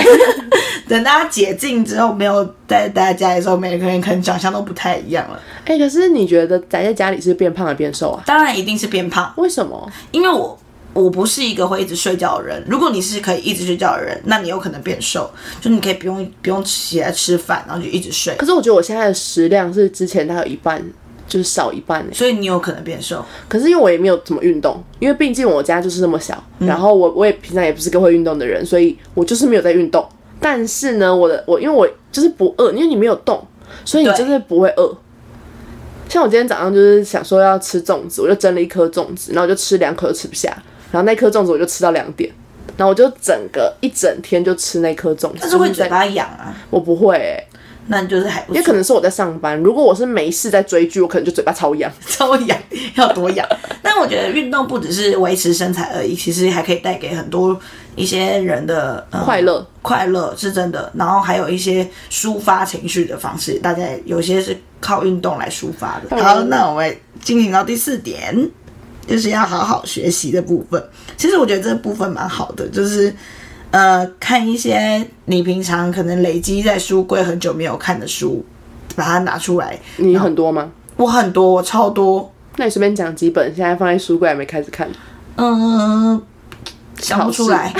B: 等大家解禁之后，没有再待在家里的时候，每个人可能长相都不太一样了，
A: 哎、可是你觉得宅在家里是变胖还是变瘦啊？
B: 当然一定是变胖。
A: 为什么？
B: 因为我我不是一个会一直睡觉的人。如果你是可以一直睡觉的人，那你有可能变瘦，就你可以不用不用起来吃饭，然后就一直睡
A: 可，是我觉得我现在的食量是之前大概有一半，就是少一半、欸。
B: 所以你有可能变瘦。
A: 可是因为我也没有怎么运动，因为毕竟我家就是那么小，
B: 嗯
A: 然后我我也平常也不是个会运动的人，所以我就是没有在运动。但是呢，我的我因为我就是不饿，因为你没有动，所以你
B: 对
A: 就是不会饿。像我今天早上就是想说要吃粽子，我就蒸了一颗粽子，然后我就吃两口就吃不下，然后那颗粽子我就吃到两点，然后我就整个一整天就吃那颗粽子。
B: 但是会
A: 就在
B: 嘴巴痒啊，
A: 我不会、欸，
B: 那你就是还不
A: 因为可能是我在上班。如果我是没事在追剧，我可能就嘴巴超痒。
B: 超痒，要多痒。但我觉得运动不只是维持身材而已，其实还可以带给很多一些人的、呃
A: 快乐，
B: 快乐是真的。然后还有一些抒发情绪的方式，大家有些是靠运动来抒发的。
A: 然
B: 好，那我们进行到第四点，就是要好好学习的部分。其实我觉得这部分蛮好的，就是。呃，看一些你平常可能累积在书柜很久没有看的书，把它拿出来。
A: 你很多吗？
B: 我很多，我超多，
A: 那你随便讲几本，现在放在书柜还没开始看，
B: 嗯，想不出来，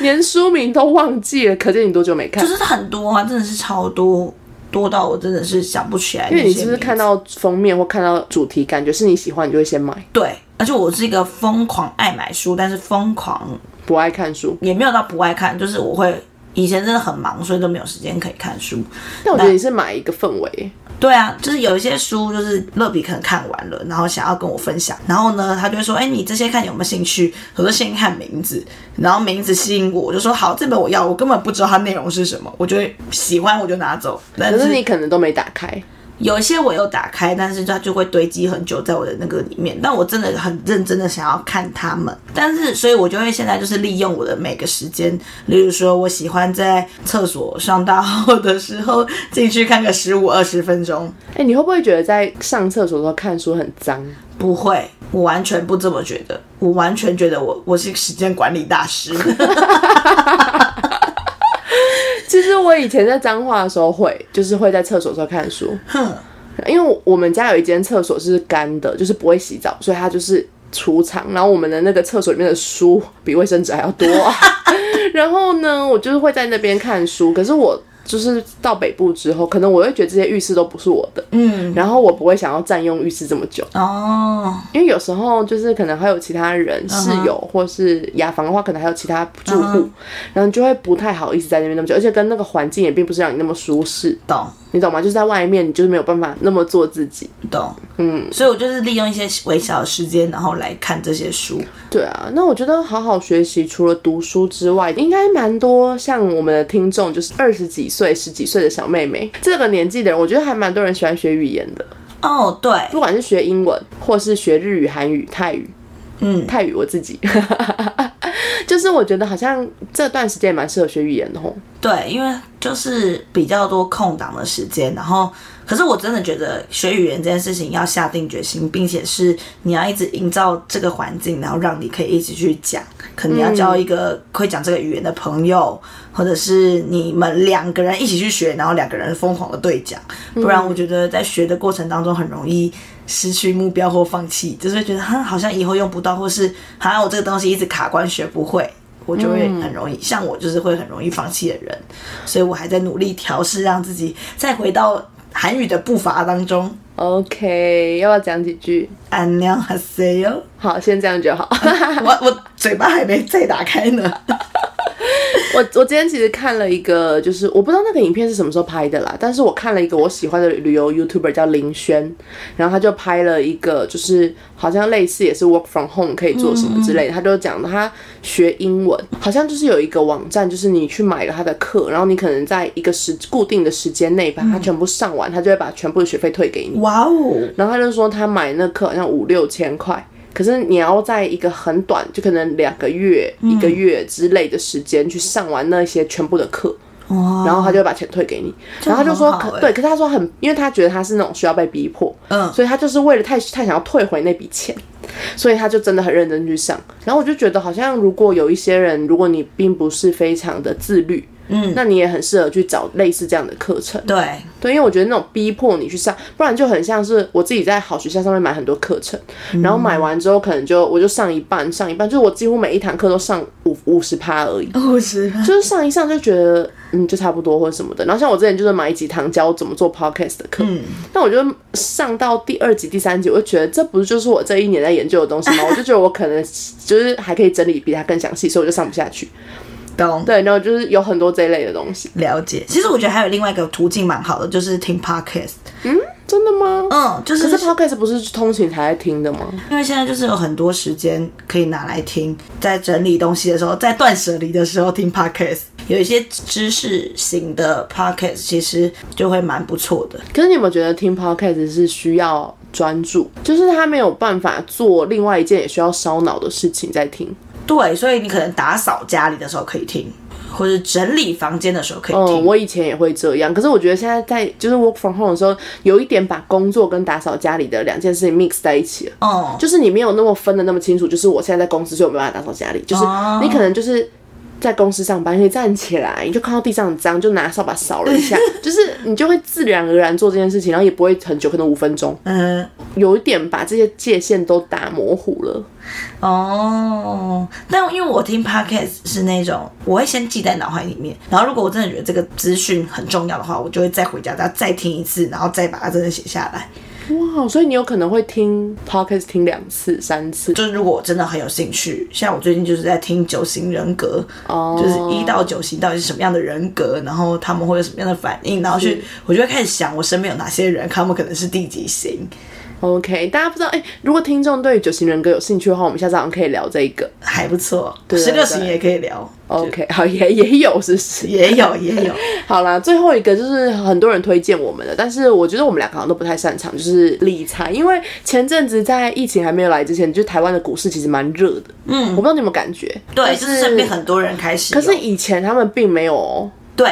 A: 连书名都忘记了，可见你多久没看
B: 就？是很多啊，真的是超多，多到我真的是想不起来那
A: 因为
B: 些名
A: 你
B: 字。
A: 是不是看到封面或看到主题，感觉是你喜欢，你就会先买，
B: 对，而且我是一个疯狂爱买书，但是疯狂
A: 不爱看书。
B: 也没有到不爱看，就是我会以前真的很忙，所以都没有时间可以看书。
A: 但我觉得你是买一个氛围，
B: 对啊，就是有一些书，就是乐比可能看完了，然后想要跟我分享，然后呢，他就会说：“哎、你这些看有没有兴趣？”我说：“先看名字。”然后名字吸引我，我就说：“好，这本我要。”我根本不知道它内容是什么，我就会喜欢我就拿走。但
A: 可是
B: 是
A: 你可能都没打开。
B: 有一些我有打开，但是它就会堆积很久在我的那个里面。但我真的很认真的想要看它们，但是所以我就会现在就是利用我的每个时间，例如说我喜欢在厕所上大号的时候进去看个十五二十分钟。
A: 哎、你会不会觉得在上厕所的时候看书很脏？
B: 不会，我完全不这么觉得，我完全觉得我我是时间管理大师。
A: 其实我以前在脏话的时候会，就是会在厕所的时候看书，
B: 哼，
A: 因为我们家有一间厕所是干的，就是不会洗澡，所以它就是储藏。然后我们的那个厕所里面的书比卫生纸还要多、然后呢，我就是会在那边看书，可是我。就是到北部之后，可能我会觉得这些浴室都不是我的，嗯，然后我不会想要占用浴室这么久，
B: 哦，
A: 因为有时候就是可能还有其他人、室友或是雅房的话，可能还有其他住户然后你就会不太好意思在那边那么久，而且跟那个环境也并不是让你那么舒适，
B: 懂
A: 你懂吗？就是在外面，你就是没有办法那么做自己。
B: 懂，嗯，所以我就是利用一些微小的时间，然后来看这些书。
A: 对啊，那我觉得好好学习，除了读书之外，应该蛮多像我们的听众，就是二十几岁、十几岁的小妹妹，这个年纪的人，我觉得还蛮多人喜欢学语言的，
B: 哦，对，
A: 不管是学英文，或是学日语、韩语、泰语。
B: 嗯
A: 泰语我自己， 就是我觉得好像这段时间也蛮适合学语言的吼。
B: 对，因为就是比较多空档的时间，然后可是我真的觉得学语言这件事情要下定决心，并且是你要一直营造这个环境，然后让你可以一直去讲，可能你要交一个会讲这个语言的朋友，或者是你们两个人一起去学，然后两个人疯狂的对讲，不然我觉得在学的过程当中很容易。失去目标或放弃，就是会觉得哈，好像以后用不到，或是好像我这个东西一直卡关学不会，我就会很容易，
A: 嗯
B: 像我就是会很容易放弃的人，所以我还在努力调试，让自己再回到韩语的步伐当中。
A: OK，要不要讲几句？
B: 安녕하세요，
A: 好，先这样就好。
B: 我我嘴巴还没再打开呢。
A: 我我今天其实看了一个，就是我不知道那个影片是什么时候拍的啦，但是我看了一个我喜欢的旅游 YouTuber 叫林轩，然后他就拍了一个，就是好像类似也是 work from home 可以做什么之类的，他就讲他学英文，好像就是有一个网站，就是你去买了他的课，然后你可能在一个时固定的时间内把它全部上完，他就会把全部的学费退给你。
B: 哇哦，
A: 然后他就说他买那课好像五六千块，可是你要在一个很短，就可能两个月、一个月之类的时间去上完那些全部的课。
B: 哇
A: 然后他就会把钱退给你，然后他就说
B: 哦很好
A: 可
B: 欸
A: 对，可是他说很，因为他觉得他是那种需要被逼迫，
B: 嗯
A: 所以他就是为了太太想要退回那笔钱，所以他就真的很认真去上。然后我就觉得好像如果有一些人，如果你并不是非常的自律，嗯，那你也很适合去找类似这样的课程，
B: 对，
A: 对，因为我觉得那种逼迫你去上，不然就很像是我自己在好学校上面买很多课程，然后买完之后可能就我就上一半，上一半，就是我几乎每一堂课都上五五十趴而已，
B: 五十
A: 哦就是上一上就觉得嗯就差不多或者什么的。然后像我之前就是买几堂教我怎么做 podcast 的课，
B: 嗯
A: 但我就上到第二集、第三集，我就觉得这不就是我这一年在研究的东西吗？我就觉得我可能就是还可以整理比它更详细，所以我就上不下去。
B: 懂。
A: 对，然后就是有很多这一类的东西，
B: 了解，其实我觉得还有另外一个途径蛮好的，就是听 podcast。
A: 真的吗？
B: 嗯，就
A: 可
B: 是
A: 是 podcast 不是通勤才在听的吗？
B: 因为现在就是有很多时间可以拿来听，在整理东西的时候，在断舍离的时候听 podcast，有一些知识型的 podcast 其实就会蛮不错的。
A: 可是你有没有觉得听 podcast 是需要专注，就是他没有办法做另外一件也需要烧脑的事情在听？
B: 对，所以你可能打扫家里的时候可以听，或者整理房间的时候可以
A: 嗯，
B: 听。
A: 我以前也会这样，可是我觉得现在在就是 work from home 的时候，有一点把工作跟打扫家里的两件事情 mix 在一起了，
B: 哦、
A: 就是你没有那么分的那么清楚，就是我现在在公司，所以我没办法打扫家里，就是
B: 哦
A: 你可能就是。在公司上班，你可以站起来，你就看到地上很脏，就拿扫把扫了一 下，就是你就会自然而然做这件事情，然后也不会很久，可能五分钟，
B: 嗯，
A: 有一点把这些界限都打模糊了。
B: 哦，但因为我听 podcast 是那种，我会先记在脑海里面，然后如果我真的觉得这个资讯很重要的话，我就会再回家，再再听一次，然后再把它真的写下来。
A: 哇，哦所以你有可能会听 podcast 听两次、三次，
B: 就是如果我真的很有兴趣，像我最近就是在听九型人格，
A: 哦
B: 就是一到九型到底是什么样的人格，然后他们会有什么样的反应，然后去我就会开始想我身边有哪些人，他们可能是第几型。
A: OK，大家不知道哎、如果听众对于九型人格有兴趣的话，我们下次好像可以聊这一个。
B: 还不错，
A: 对
B: 十
A: 对
B: 六型也可以聊，
A: OK，好，也也有是不是？
B: 也 有也有，
A: 好啦，最后一个就是很多人推荐我们的，但是我觉得我们两个好像都不太擅长，就是理财。因为前阵子在疫情还没有来之前，就台湾的股市其实蛮热的，嗯，我不知道你有没有感觉？
B: 对，
A: 但
B: 就是身边很多人开始有，
A: 可是以前他们并没有哦。
B: 对。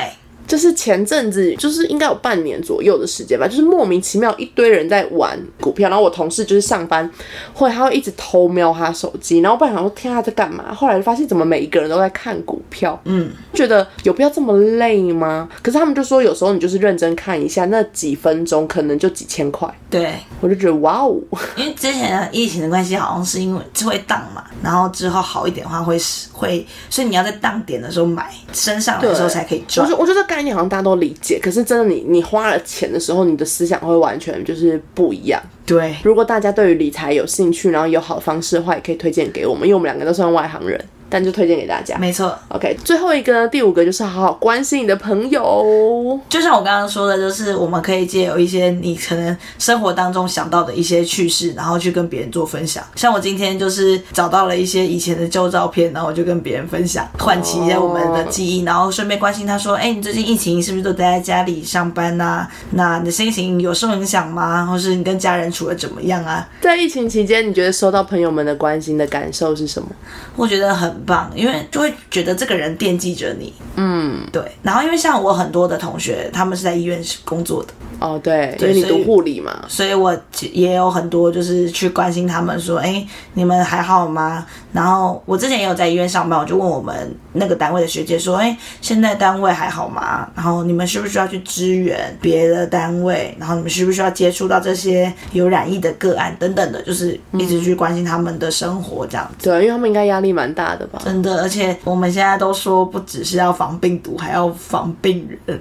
A: 就是前阵子，就是应该有半年左右的时间吧，就是莫名其妙一堆人在玩股票，然后我同事就是上班会，他会一直偷瞄他手机，然后我本来想说天啊，他在干嘛，后来发现怎么每一个人都在看股票，嗯，觉得有必要这么累吗？可是他们就说有时候你就是认真看一下，那几分钟可能就几千块，
B: 对，
A: 我就觉得哇哦，
B: 因为之前的疫情的关系，好像是因为会荡嘛，然后之后好一点的话会会，所以你要在荡点的时候买，身上的时候才可以
A: 我
B: 赚
A: 觉。得我觉得这概念好像大家都理解，可是真的你你花了钱的时候，你的思想会完全就是不一样。
B: 对，
A: 如果大家对于理财有兴趣，然后有好方式的话，也可以推荐给我们，因为我们两个都算外行人，但就推荐给大家。
B: 没错，
A: OK，最后一个呢，第五个就是好好关心你的朋友。
B: 就像我刚刚说的，就是我们可以借由一些你可能生活当中想到的一些趣事，然后去跟别人做分享。像我今天就是找到了一些以前的旧照片，然后我就跟别人分享，唤起一下我们的记忆，然后顺便关心他说：“哎、你最近疫情是不是都待在家里上班呐、那你的心情有受影响吗？或是你跟家人处的怎么样啊？”
A: 在疫情期间，你觉得收到朋友们的关心的感受是什么？
B: 我觉得很棒，因为就会觉得这个人惦记着你。嗯，对。然后因为像我很多的同学，他们是在医院工作的，
A: 哦，对，因为你
B: 所
A: 读
B: 以
A: 护理嘛，
B: 所以我也有很多就是去关心他们，说，哎、你们还好吗？然后我之前也有在医院上班，我就问我们那个单位的学姐说，哎、现在单位还好吗？然后你们需不需要去支援别的单位？然后你们需不需要接触到这些有染疫的个案等等的，就是一直去关心他们的生活这样子。
A: 对，因为他们应该压力蛮大的吧？
B: 真的，而且我们现在都说，不只是要防病毒，还要防病人，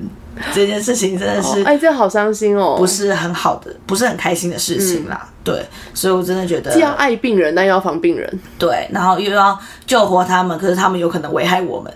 B: 这件事情真的是
A: 哦哎，这好伤心哦。
B: 不，是啊很好的，不是很开心的事情啦。对，所以我真的觉
A: 既要
B: 得
A: 爱病人，但又要防病人。
B: 对，然后又要救活他们，可是他们有可能危害我们，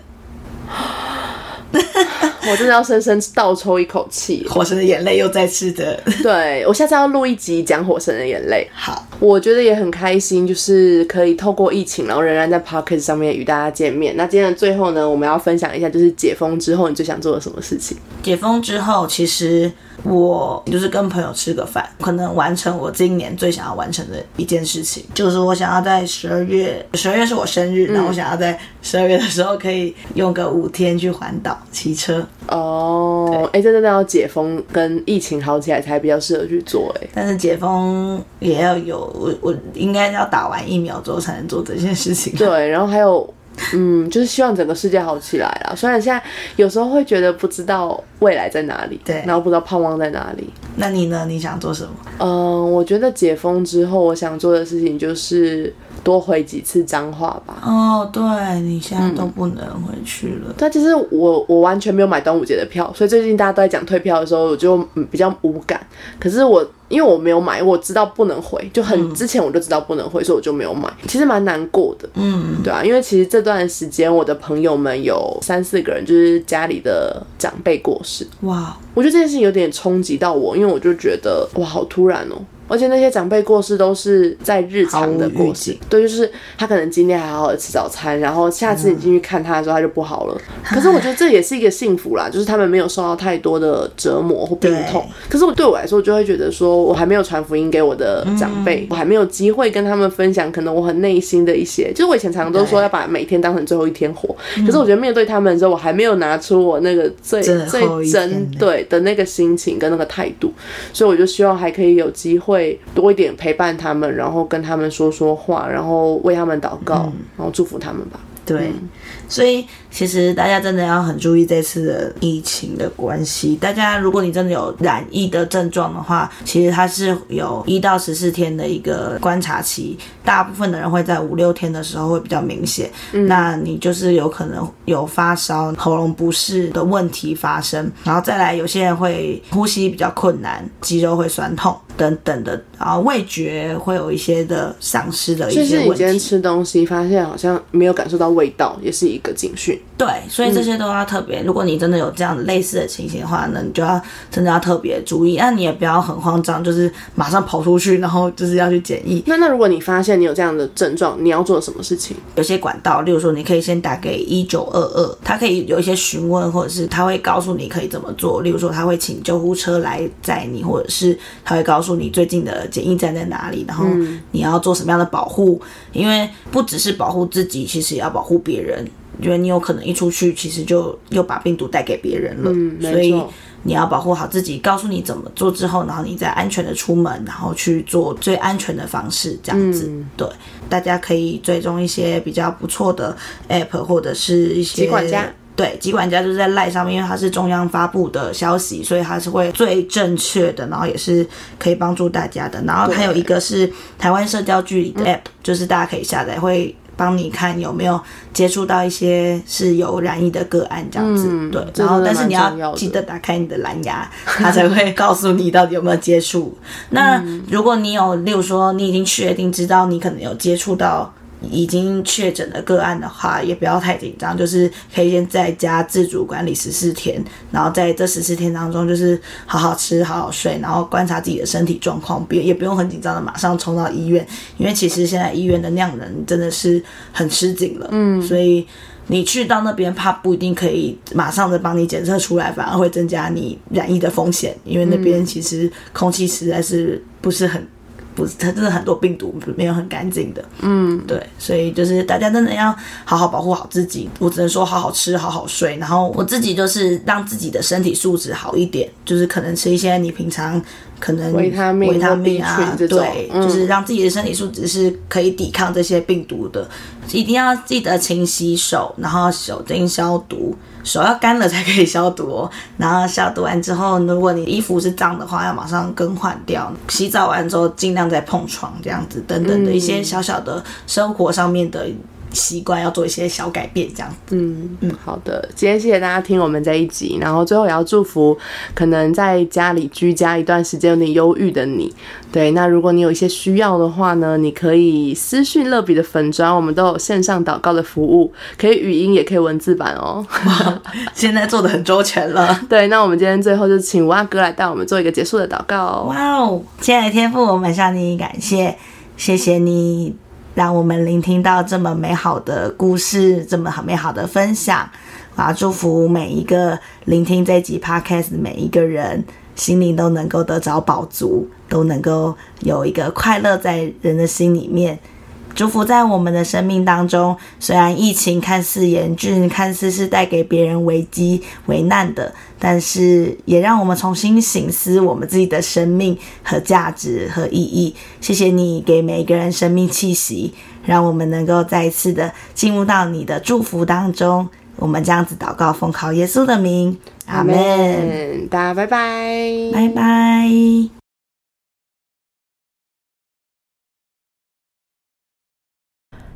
A: 我真的要深深倒抽一口 气。
B: 火神的眼泪又再次的
A: 对我下次要录一集讲《火神的眼泪》。
B: 好，
A: 我觉得也很开心，就是可以透过疫情，然后仍然在 p o c k e t 上面与大家见面。那今天的最后呢，我们要分享一下，就是解封之后你最想做的什么事情？
B: 解封之后，其实我就是跟朋友吃个饭，可能完成我今年最想要完成的一件事情，就是我想要在十二月，十二月是我生日，然后我想要在十二月的时候可以用个五天去环岛骑车，
A: 哦，哎，这真的要解封跟疫情好起来才比较适合去做、哎，
B: 但是解封也要有我我应该要打完疫苗之后才能做这件事情。
A: 对，然后还有。嗯，就是希望整个世界好起来啦。虽然现在有时候会觉得不知道未来在哪里，
B: 对
A: 然后不知道盼望在哪里。
B: 那你呢？你想做什么？
A: 嗯，我觉得解封之后，我想做的事情就是多回几次脏话吧。
B: 哦，对你现在都不能回去了。
A: 但其实我我完全没有买端午节的票，所以最近大家都在讲退票的时候，我就嗯比较无感。可是我因为我没有买，我知道不能回，就很、之前我就知道不能回，所以我就没有买。其实蛮难过的，
B: 嗯，
A: 对啊，因为其实这段时间我的朋友们有三四个人，就是家里的长辈过世，
B: 哇，
A: 我觉得这件事情有点冲击到我，因为我就觉得哇，好突然哦。而且那些长辈过世都是在日常的
B: 毫无预
A: 过世
B: 警，
A: 对，就是他可能今天还好好的吃早餐，然后下次你进去看他的时候他就不好了。
B: 嗯
A: 可是我觉得这也是一个幸福啦，就是他们没有受到太多的折磨或病痛。可是我对我来说，我就会觉得说我还没有传福音给我的长
B: 嗯
A: 辈，我还没有机会跟他们分享，可能我很内心的一些，就是我以前常常都说
B: 对
A: 要把每天当成最后一天活。可是我觉得面对他们的时候，我还没有拿出我那个最
B: 嗯最后
A: 最
B: 一天
A: 真
B: 呢
A: 对的那个心情跟那个态度，所以我就希望还可以有机会多一点
B: 嗯
A: 陪伴他们，然后跟他们说说话，然后为他们祷告，然后祝福他们吧。
B: 对，所以其实大家真的要很注意这次的疫情的关系。大家如果你真的有染疫的症状的话，其实它是有一到十四天的一个观察期，大部分的人会在五六天的时候会比较明显。
A: 嗯
B: 那你就是有可能有发烧、喉咙不适的问题发生，然后再来有些人会呼吸比较困难，肌肉会酸痛等等的，然后味觉会有一些的丧失的一
A: 就是
B: 些
A: 你
B: 问
A: 今天
B: 题。
A: 吃东西，发现好像没有感受到味道，也是一个警讯。
B: 对，所以这些都要特别。如果你真的有这样类似的情形的话呢，你就要真的要特别注意。那你也不要很慌张，就是马上跑出去，然后就是要去检疫。
A: 那那如果你发现你有这样的症状，你要做什么事情？
B: 有些管道，例如说，你可以先打给一九二二，他可以有一些询问，或者是他会告诉你可以怎么做。例如说，他会请救护车来载你，或者是他会告诉你最近的检疫站在哪里，然后
A: 嗯
B: 你要做什么样的保护。因为不只是保护自己，其实也要保护别人。因为你有可能一出去，其实就又把病毒带给别人了，
A: 嗯没
B: 所以
A: 错
B: 你要保护好自己。告诉你怎么做之后，然后你再安全的出门，然后去做最安全的方式，这样子。
A: 嗯
B: 对，大家可以追踪一些比较不错的 app 或者是一些
A: 疾管家。
B: 对，疾管家就是在赖上面，因为它是中央发布的消息，所以它是会最正确的，然后也是可以帮助大家的。然后还有一个是台湾社交距离
A: 嗯
B: 的 app，、就是大家可以下载，会帮你看有没有接触到一些是有染疫的个案这样子。对，
A: 嗯这
B: 然后
A: 真的
B: 但是你
A: 蛮重要
B: 要
A: 的
B: 记得打开你的蓝牙，它才 会告诉你到底有没有接触。那
A: 嗯
B: 如果你有，例如说你已经确定知道你可能有接触到。已经确诊的个案的话，也不要太紧张，就是可以先在家自主管理十四天，然后在这十四天当中，就是好好吃、好好睡，然后观察自己的身体状况，不也不用很紧张的马上冲到医院，因为其实现在医院的量能真的是很吃紧了，嗯，所以你去到那边，怕不一定可以马上的帮你检测出来，反而会增加你染疫的风险，因为那边其实空气实在是不是很。不是，它真的很多病毒没有很干净的，嗯，对，所以就是大家真的要好好保护好自己。我只能说好好吃，好好睡，然后我自己就是让自己的身体素质好一点，就是可能吃一些你平常可能
A: 维他命
B: 维他
A: 或
B: 命
A: B
B: 啊
A: 群，这种
B: 对，就是让自己的身体素质是可以抵抗这些病毒的。一定要记得勤洗手，然后酒精消毒，手要干了才可以消毒哦。 然后消毒完之后，如果你衣服是脏的话，要马上更换掉。洗澡完之后，尽量再碰床这样子，等等的一些小小的生活上面的习惯，要做一些小改变这样子。
A: 好的，今天谢谢大家听我们这一集，然后最后也要祝福可能在家里居家一段时间有点忧郁的你。对，那如果你有一些需要的话呢，你可以私讯乐比的粉砖，我们都有线上祷告的服务，可以语音也可以文字版哦。
B: 现在做的很周全了。
A: 对，那我们今天最后就请五阿哥来带我们做一个结束的祷告哦。
B: 哇哦！亲爱的天父，我们向你感谢，谢谢你让我们聆听到这么美好的故事，这么美好的分享。我要祝福每一个聆听这集 podcast 的每一个人，心灵都能够得着饱足，都能够有一个快乐在人的心里面。祝福在我们的生命当中。虽然疫情看似严峻，看似是带给别人危机、危难的，但是也让我们重新醒思我们自己的生命和价值和意义。谢谢你给每一个人生命气息，让我们能够再一次的进入到你的祝福当中。我们这样子祷告，奉靠耶稣的名，阿门。
A: Amen，大家拜拜。
B: 拜拜。